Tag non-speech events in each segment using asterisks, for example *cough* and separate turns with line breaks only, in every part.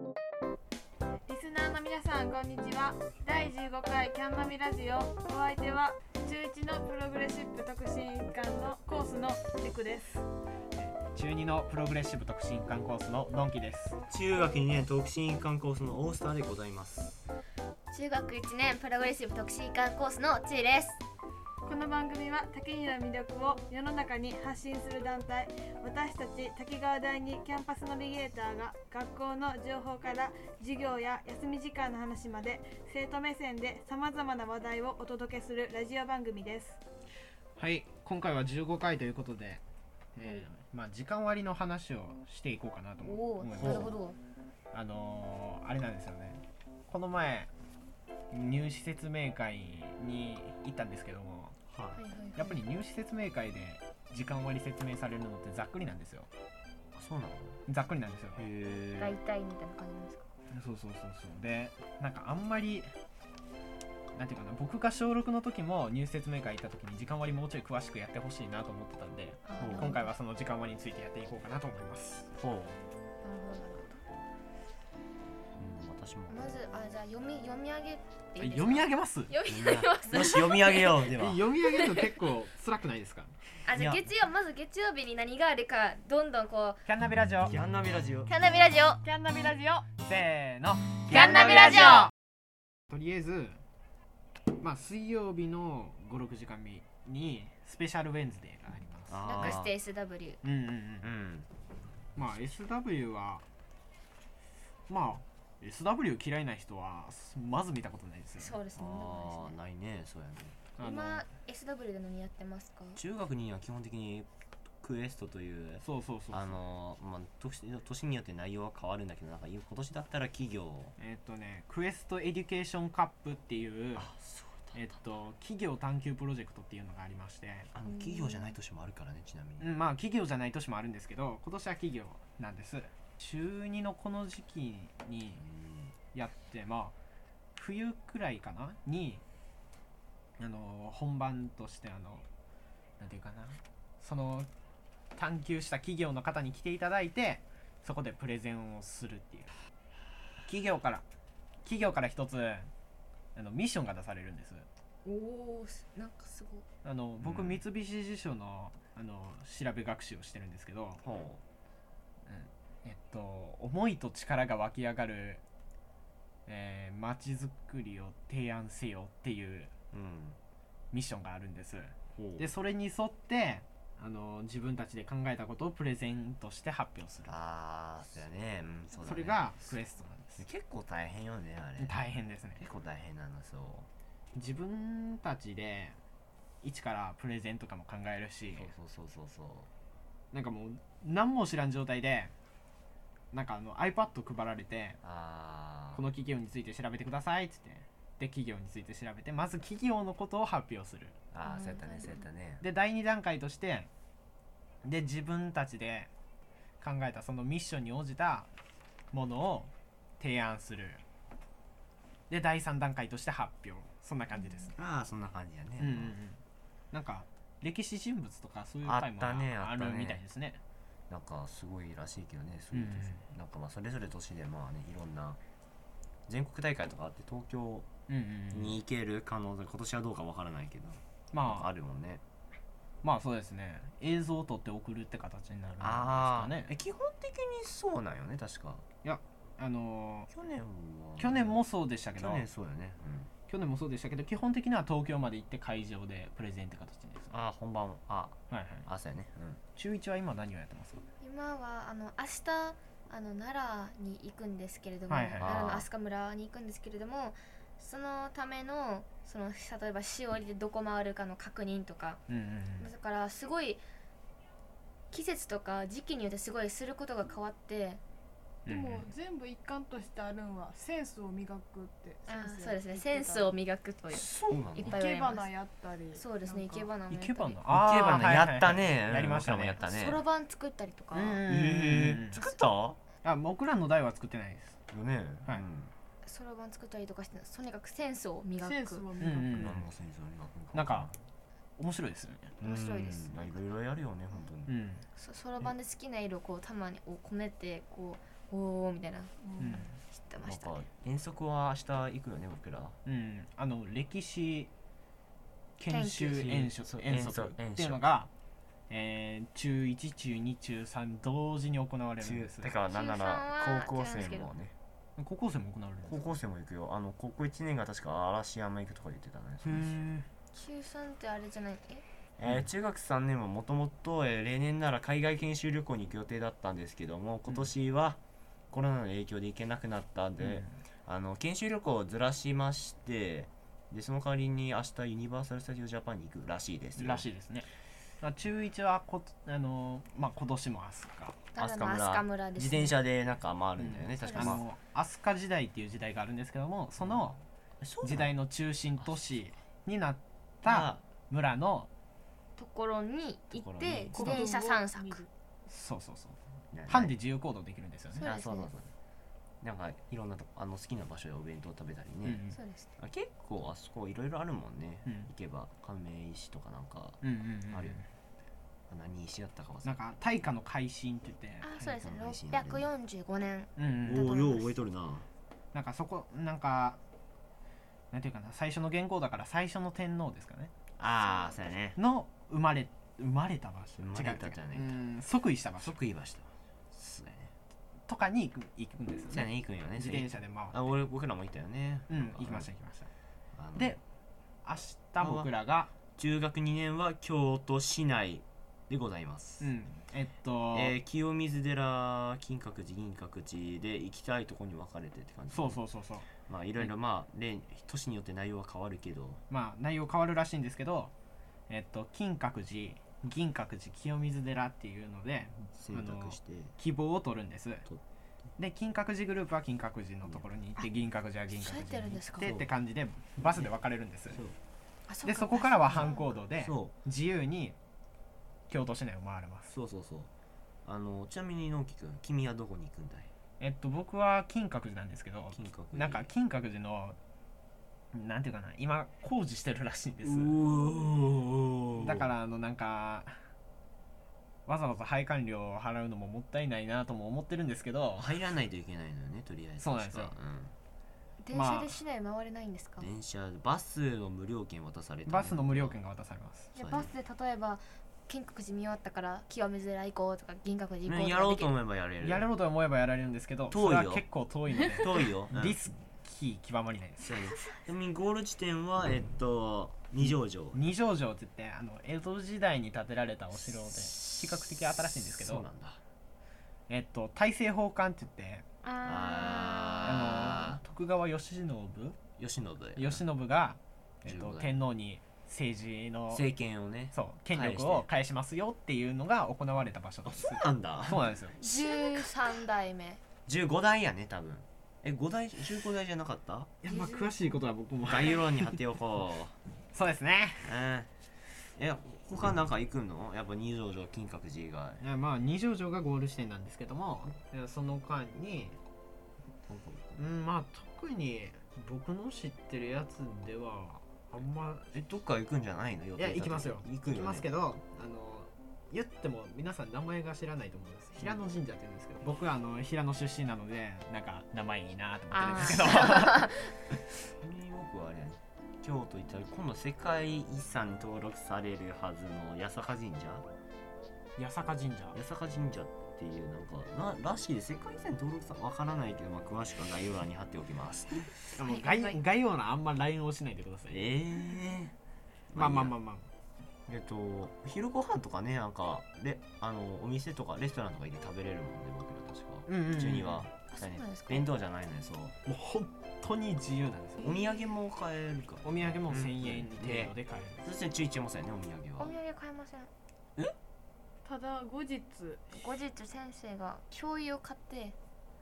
リスナーの皆さんこんにちは第15回キャンマミラジオお相手は中1のプログレッシブ特進館のコースのテクです
中二のプログレッシブ特進館コースのドンキです。
中学2年特進一貫コースのオースターでございます
中学1年プログレッシブ特進館コースのちいです
この番組は滝にの魅力を世の中に発信する団体私たち滝川第二キャンパスナビゲーターが学校の情報から授業や休み時間の話まで生徒目線でさまざまな話題をお届けするラジオ番組です
はい、今回は15回ということで、えーまあ時間割の話をしていこうかなと思思います。
ど
あのーあれなんですよね。この前入試説明会に行ったんですけども、
は
はい
い
はいはい
やっぱり入試説明会で時間割説明されるのってざっくりなんですよ。
そうなの
ざっくりなんですよ。
大
へ
体みたいな感じなんですか
そうそうそうそうでなんかあんまりなんていうかな僕が小6の時も入試説明会行った時に時間割もうちょい詳しくやってほしいなと思ってたんで
あー
今回はその時間割についてやっていこうかなと思います
えほう、
なるほどな
う
る
ん、私も
ほどまずあじゃあ読み読み上げっていいですか
読み上げます
読み上げます
よし読み上げよう
*laughs*
では
読み上げるの結構辛くないですか
あじゃあ
いや
月曜まず月曜日に何があるかどんどんこ
キャンナビラジオ
キャンナビラジオ
うキャンナビラジオ
キャンナビラジオ
せーの
キャンナビラジオ
とりあえずまあ水曜日の56時間目にスペシャルウェンズデーがあります
なんかし
あ
て SW
うんうんうん
ーうん
まあ SW はまあ SW 嫌いな人はまず見たことないですよ
そ
ね
うですね
あーないねそうやね
あの
今 SW で何やってますか
中学には基本的にクエストという
そうそうそうそう
あのまあ年年によって内容は変わるんだけどなんか今年だったら企業
えっとねクエストエデュケーションカップっていう
そう
えっと企業探求プロジェクトっていうのがありまして
あの企業じゃない年もあるからねちなみ
う
に
んまあ企業じゃない年もあるんですけど今年は企業なんです中2のこの時期にやってまあ冬くらいかなにあの本番としてあのなんていうかなその探求した企業の方に来ていただいてそこでプレゼンをするっていう企業から企業から一つあのミッションが出されるんです
おおーなんかすごい
あの僕、
うん
三菱地所のあの調べ学習をしてるんですけど、
ほ
えっと、思いと力が湧き上がる、えー、街づくりを提案せよっていう
ううん
ミッションがあるんです
ほう
でそれに沿ってあの自分たちで考えたことをプレゼントして発表する
ああそうやねうんそうだね
それがクエストなんです
結構大変よねあれ
大変ですね
結構大変なのそう
自分たちで一からプレゼンとかも考えるし
そうそうそうそうそう
なんかもう何も知らん状態でなんかあの iPad 配られて
ああ
この企業について調べてくださいっつってで企業について調べてまず企業のことを発表する
ああそうやったねそうやったね
で第2段階としてで自分たちで考えたそのミッションに応じたものを提案するで第3段階として発表そんな感じです、
ああそんな感じやね
うんうんうんなんか歴史人物とかそういう
あっ
回も
たね
あ
あった
る
ね
みたいですね
なんかすごいらしいけどねそういう年、なんかまあそれぞれ年でまあねいろんな全国大会とかあって東京
うんうんうん
に行ける可能性今年はどうかわからないけど
ま
あ
あ
るもんね
まあそうですね映像を撮って送るって形になるんです
あ
か
あ、
ね
え基本的にそうなんよね確か
あの
去年は
ー去年もそうでしたけど
去年そうよね、うん、
去年もそうでしたけど基本的には東京まで行って会場でプレゼンって形です、
ああ本番あ
はいはい、
あそうやねうん
中1は今何をやってますか
今はあの明日あの奈良に行くんですけれども、
はいはい
奈良の
あー
飛鳥村に行くんですけれどもそのためのその例えばしおりでどこ回るかの確認とか
うんうんうん
だからすごい季節とか時期によってすごいすることが変わって
で
うんう
も
ん
全部一貫としてあるんはセンスを磨くって
あーそうですねセンスを磨くという
そうなの
いっ
生
ぱい
け
言われま
花
す
やったり
そうですねいけばなも
い
やったり
けばな
あけば
あー
ねやったね、
いやりましたね
うん僕らもやったね
そろばん作ったりとか、
うんうん
え
うん
ー、作ったよ
あ僕らの代は作ってないです
ね
はい
うん
そろばん作ったりとかしてとにかくセンスを磨
センス
く
を
うんう
磨く
ん
何も戦争にな
なんか面白いですよね
面白いです
うんまあいろいろやるよね本当に、
うん、
そそろばんで好きな色をこうたまにこうこねてこうおおみたいな知
うん
ってま
なん
したね
か遠足は明日行くよね僕ら
うん、あの歴史研修
研修
演職
そう
遠足
遠足
っていうのが、えー中1中2中3同時に行われるんです
てかなんな
中三
ら
は
高校
違うんです
生
けど
もね
高校生も行われるん
高
ですか
校生も行くよあの高校1年が確か嵐山行くとか言ってたね
へー
中三ってあれじゃないえ
えー中学3年ももともとえー例年なら海外研修旅行に行く予定だったんですけども今年はコロナの影響で行けなくなったんで、あの研修旅行をずらしましてでその代わりに明日ユニバーサル・スタジオ・ジャパンに行くらしいです
うんらし
い
いですねまあ中1はこあの、まあ、今年も飛鳥
ただの飛鳥村です、
自
ね、
転車でなんか回るんだよね、
うん
確
あ
かま
の飛鳥時代っていう時代があるんですけどもその
あそう
時代の中心都市になった
が
村の
ところに行
とこ
っ
ろ
て
に
自転車散策
そうそうそう
な
班で自由行動できるんですよね
そう
あ
です
そう
ね
そうそうなんかいろんなとこあの好きな場所でお弁当食べたり
うん
ね、
そうですね
あ結構あそこいろいろあるもんね、
うん
行けば亀石とかなんか
うんうんうんうん
あるよねあ何石だったか忘れ
なんか大化の改新って言って
あそうですね
はい
645年
うんうん
おーよう覚え
とるな
なんかそこなんかなんていうかな最初の元号だから最初の天皇ですかね
ああそうやね
の生まれ生まれた場所
生まれたじゃない
違う違ううん即位した場所
即位はしたそうやね
とかに行く行くんですよ
そうや
ね
ね行くんよね
自転車で回
あ
って
俺僕らも行ったよね
うん行きました行きました
あの
で明日僕らが、
中学2年は京都市内でございます、
うん、えっと、
えー清水寺金閣寺銀閣寺で行きたいとこに分かれてって感じ
そうそうそうそう
まあいろいろまあ例都市によって内容は変わるけど
まあ内容変わるらしいんですけどえっと金閣寺銀閣寺清水寺っていうので
選択して
希望を取るんです
取っ
で金閣寺グループは金閣寺のところに行って銀閣寺は銀閣
そうやって
寺
る
に
んで
行
す
っ
か
てって感じでバスで分かれるんです
そう
あそう
で
か
そこからは半行動で
そう
自由に京都市内を回れます
そうそうそうあのちなみにのんきくん君はどこに行くんだい
えっと僕は金閣寺なんですけど
金閣寺
なんか金閣寺のなんていうかな今工事してるらしいんです
おー
だからあのなんかわざわざ配管料を払うのももったいないなとも思ってるんですけど
入らないといけないのよねとりあえず
そうなんですよ
確か
電車で市内回れないんですか、
うん電車バスの無料券渡されたね
バスの無料券が渡されます
じゃあバスで例えば金閣寺見終わったから清水寺行こうとか銀閣寺行こうとか
ねやろう
でき
と思えばやれる
やろうと思えばやられるんですけど
遠いよ
それは結構遠いので
遠いよ、う
*laughs*
ん
リスキー極まりないです
そうやねちなみにゴール地点は、えっと二条城
二条城って言ってあの江戸時代に建てられたお城で比較的新しいんですけ
そう
ど
なんだ
えっと大政奉還って言ってあ
あ
の徳川慶喜
ー吉野
慶
部
喜が、えっ
15
と、
代
天皇に政治の
政権をね
そう権力を返しますよっていうのが行われた場所なんです
そうなんだ
そうなんですよ
13
*laughs*
代目
15代やね多分え五代15代じゃなかった
いやまあ詳しいことは僕も
概要欄に貼っておこ
*laughs*
う
そうですね
うんえ他なんか行くのやっぱ二条城金閣寺以外
いやまあ二条城がゴール地点なんですけどもえその間にうんまあ特に僕の知ってるやつではあんま
えどっか行くんじゃないの予
いや
立て
行きますよ
行く
行
よ、ね、
きますけどあの言っても皆さん名前が知らないと思います平野神社って言うんですけど僕はあの平野出身なのでなんか名前いいなと思ってるんですけど
僕はあれやね京都行ったら今度世界遺産に登録されるはずの八坂神社
八坂神社
八坂神社っていうなんかならしいで世界遺産に登録さわからないけど、まあ、詳しくは概要欄に貼っておきます
あの
はい
概
はい
概要欄あんま LINE をしないでください
ええ
まあまあまあまあ
えっとお昼ご飯とかねなんかレあのお店とかレストランとか行って食べれるもんね僕ら確か、
うんうんうん
普通には
あそうなんですか
弁当じゃないのよそう
もう本当に自由なんですよ
お土産も買えるから
お土産も
うん
1000円程度で買える
そして中1もそうやねお
お
土
土
産
産
は
買えません
ただ後日
後日先生が醤油を買って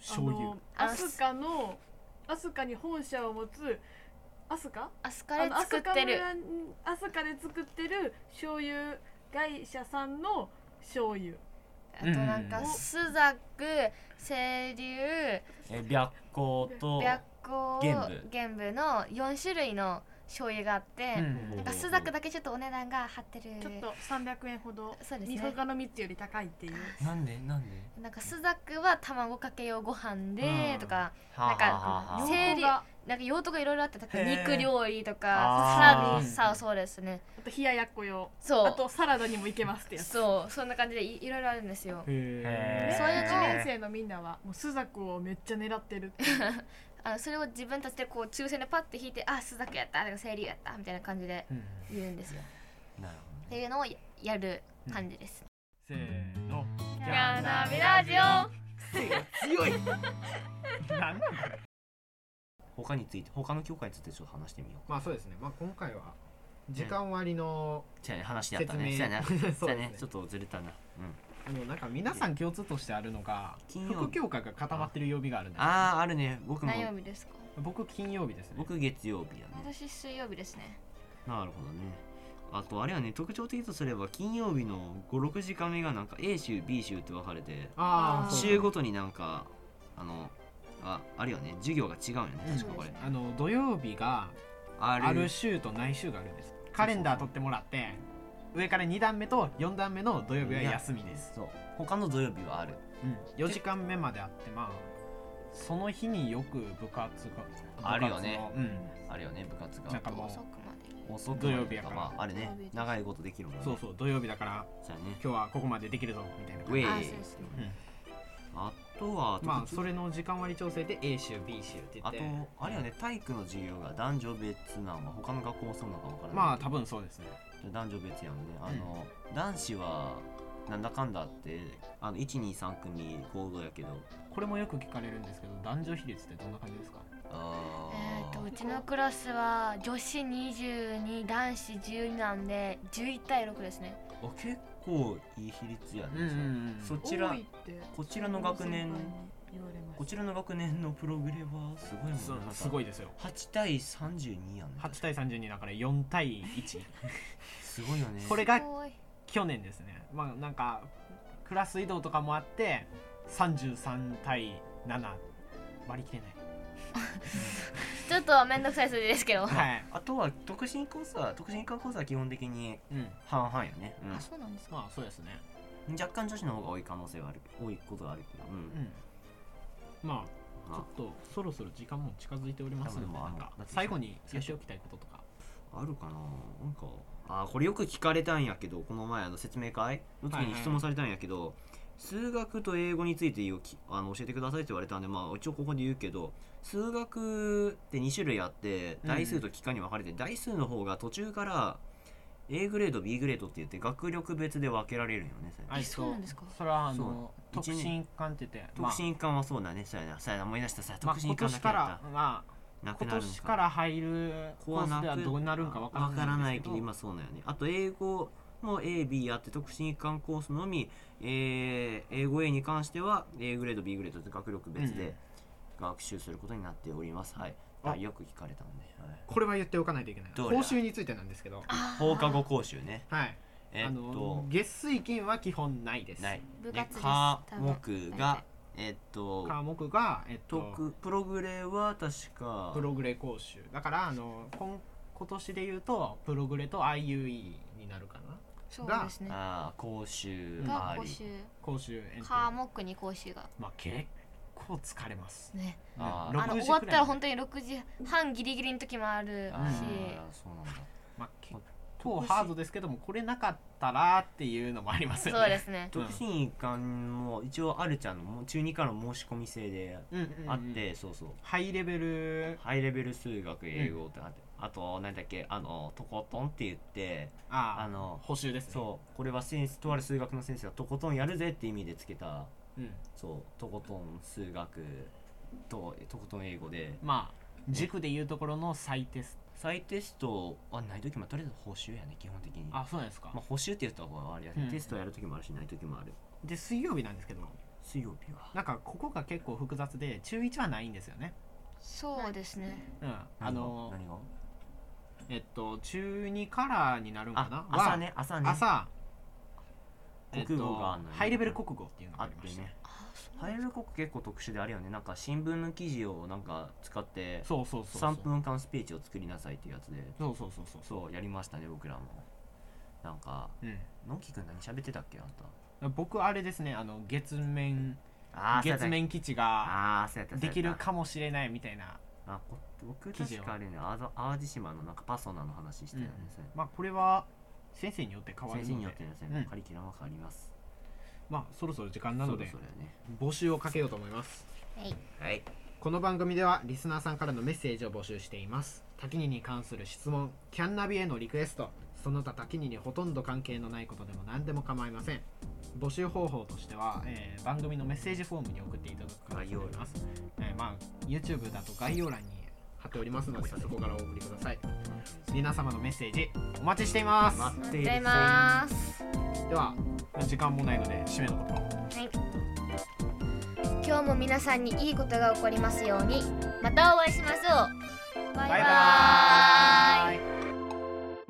醤油
あのアスカのアスカに本社を持つアスカ
アスカで作ってる
あのアスカ村アスカで作ってる醤油会社さんの醤油
あとなん
う
か
ん
スザク清流
え白光と
白光
玄武
玄武の4種類の醤油があって、
うん
なんかスザクだけちょっとお値段が張ってる
ちょっと300円ほど
そうですね
み他の3つより高いっていう
なんでなんで
なんかスザクは卵かけ用ご飯で
うん
とか、
はあはあはあ
あ
用
は
せ
語が
なんか用途がいろいろあってだって
へー
肉料理とかサ
あ
ラ
ー
ダさあそうですね
あと冷ややっこ用
そう
あとサラダにもいけますってやつ
そうそんな感じでいいろいろあるんですよ
へ
え
ー
そういう
1
の
年生のみんなはもうスザクをめっちゃ狙ってるって
あのそれを自分たちでこう抽選でパッて引いてあスザクやったとかセイリュウやったみたいな感じで
うん
言うんですよ
あなる
っ
ほ
ていうのをややる感じです、
せーの
キ
ャナビラジ
オ
癖が強いなんなんだ
ど他について他の教会についてちょっと話してみよう
まあそうですねまあ今回は時間割の、
じゃあね話してやったね
説明
じゃあ *laughs* ね
そう
じゃ
で
あ
す
ね
ね
ちょっとずれたなうん
あのなんか皆さん共通としてあるのが
金曜日
副教科が固まってる曜日があるんですよ
あああるね僕も
何曜日ですか
僕金曜日ですね
僕月曜日やね
私水曜日ですね
なるほどねあとあれはね特徴的とすれば金曜日の56時間目がなんか A 州 B 州って分かれて
あ
あ
あ
ー
週ごとになんかあのああるよね授業が違うよね確かこれ、
うん
あの土曜日が
ある
ある週とない週があるんですカレンダー取ってもらって上から2段目と4段目の土曜日は休みです、
そう他の土曜日はある
うん、4時間目まであってまあその日によく部活が
あるよね
部活の
あるよね部活
うん、なん
が
かも
遅
う
くまで
遅く
土曜日やから
まあ、あれね
土曜日
長いことできるもんね
そうそう土曜日だから
じゃあね
今日はここまでできるぞみたいな
ウェイ
あそうですね
あとは
うんまあ
特徴
それの時間割調整で A 週 B 週って言
あ
っ
と
て
あれよね体育の授業が男女別なんは他の学校もそうなのか分からない
まあ多分そうですね
男女別やもんねあの、男子はなんだかんだあってあの123組合同やけど
これもよく聞かれるんですけど男女比率ってどんな感じですか
あ
えー、と
ー
うちのクラスは女子22男子12なんで11対6ですね
あ結構いい比率やね、そ
多
ちら
いって
こちらの学年
先輩に言われま
こ
ち
ちらの学年のプログレはすごいもん
そう
なんか
すごいですよ
8対32やね
8対32だから4対1
すごいよね
これが
すごい
去年ですねまあなんかクラス移動とかもあって33対7割り切れない
ちょっと面倒くさい数字ですけど、
はい、
あとは特進コースは特進科コースは基本的に
うん、
半々よね、
あそうなんですか
まあそうですね
うん、若干女子の方が多い可能性はある多いことがあるけどう、
うんんまあちょ
ま
っとそろそろ時間も近づいておりますので
多分もう
な
あ
ん
の
か
だって
最後にやっておきたいこととか
ああるかななんかあーこれよく聞かれたんやけどこの前あの説明会の時に質問されたんやけど、数学と英語についていいよきあの教えてくださいって言われたんでまあ一応ここで言うけど数学って2種類あって
うん
代数と幾何に分かれて、代数の方が途中から A グレード B グレードって言って学力別で分けられるんよねそれ
あいつ
そうなんですか
それはあ
そう
の特
一
進館って言ってまあ
特進館はそうだねそうやなそうやな思い出したさ
まあ
特進
今
館だ
年
け
か
や
ら
った、
まあ
なく
今
なるん
年から入る
こ
コ
は
ー
な
スでは
く
どうなるんかわからない
わからないけど
今
今そうなんよねあと英語も AB あって特進一貫コースのみ、えー英語 A に関しては A グレード B グレードと学力別
うん
で学習することになっております、はい
あ
はいよく聞かれたので、はい
これは言っておかないといけない
ど
報
れだ
酬についてなんですけど
あー
放課後講習ね
はい、
え
あ
っと
の月水金は基本ないです
ない
部活
で
です
科
多分
目がえっと
科目が、えっと、
特プログレは確か
プログレ講習だからあの今今年で言うとプログレと IUE になるかな
そうですね
あー講習あ
が講
り
習
講習延期
科目に講習が
まあ結構疲れます、
ね
うん
あー
6
あの
時
終わっ
く
たら
い
本当に6時半ギリギリの時もある
あー
し
そうなんだ
まあ、結構ハードですけどもこれなかったらっていうのもありますよね
そうですね
特進一貫も一応あるちゃんのも中2からの申し込み制で
うんうんうん
あって、そうそう
ハイレベル
ハイレベル数学英語ってあって、あと何だっけあのとことんって言って
あ
あの
補習ですね
そうこれは先生とある数学の先生がとことんやるぜって意味でつけた
うん、
そうとことん数学ととことん英語で
まあ塾でいうところの再テス
再テストはない時もとりあえず補習やね基本的に
トあそうなんですか、
まあ、補習って言った方があれや、ね
うん
テストやる時もあるしない時もある
で水曜日なんですけど
水曜日は
なんかここが結構複雑で中1はないんですよね
そうですね
うんあの
何が
えっと中2からになるんか
あ
な
朝ね朝ね
朝
国語があ
えっと
るのよ
ハイレベル国語っていうのが
あ
あ
っ
りま
て
して
ね
あそう
ハイレベル国語結構特殊であるよねなんか新聞の記事をなんか使って
そうそうそうそう
3分間スピーチを作りなさいっていうやつで
そうそうそうそう
そうやりましたね僕らもなんか
うん
のんきくん何喋ってたっけあんた
僕あれですねあの月面
あーそうやった
月面基地が
ああそうやったそう
で
やった
きるかもしれないみたいな
あこ僕
記事を
確かあれねあざ淡路島のなんかパソナの話してたよね、
うん
それ
まあこれは先生によって変わる
先生
の
に
で
よってね、それ
うん
カリキュラムは変わります
まあそろそろ時間なので
そろそろやね
募集をかけようと思います
はい
はい
この番組ではリスナーさんからのメッセージを募集していますタキニに関する質問キャンナビへのリクエストその他タキニにほとんど関係のないことでも何でも構いません募集方法としては、えー番組のメッセージフォームに送っていただく形になります、えーまあ、YouTube だと概要欄に貼っておりますのでそこからお送りください皆様のメッセージお待ちしています
待っ
待
て
っ
いる
てます
では時間もないので締めの言葉を
はい。今日も皆さんにいいことが起こりますように。またお会いしましょう。バイバ
バイ
ーイ
バーイ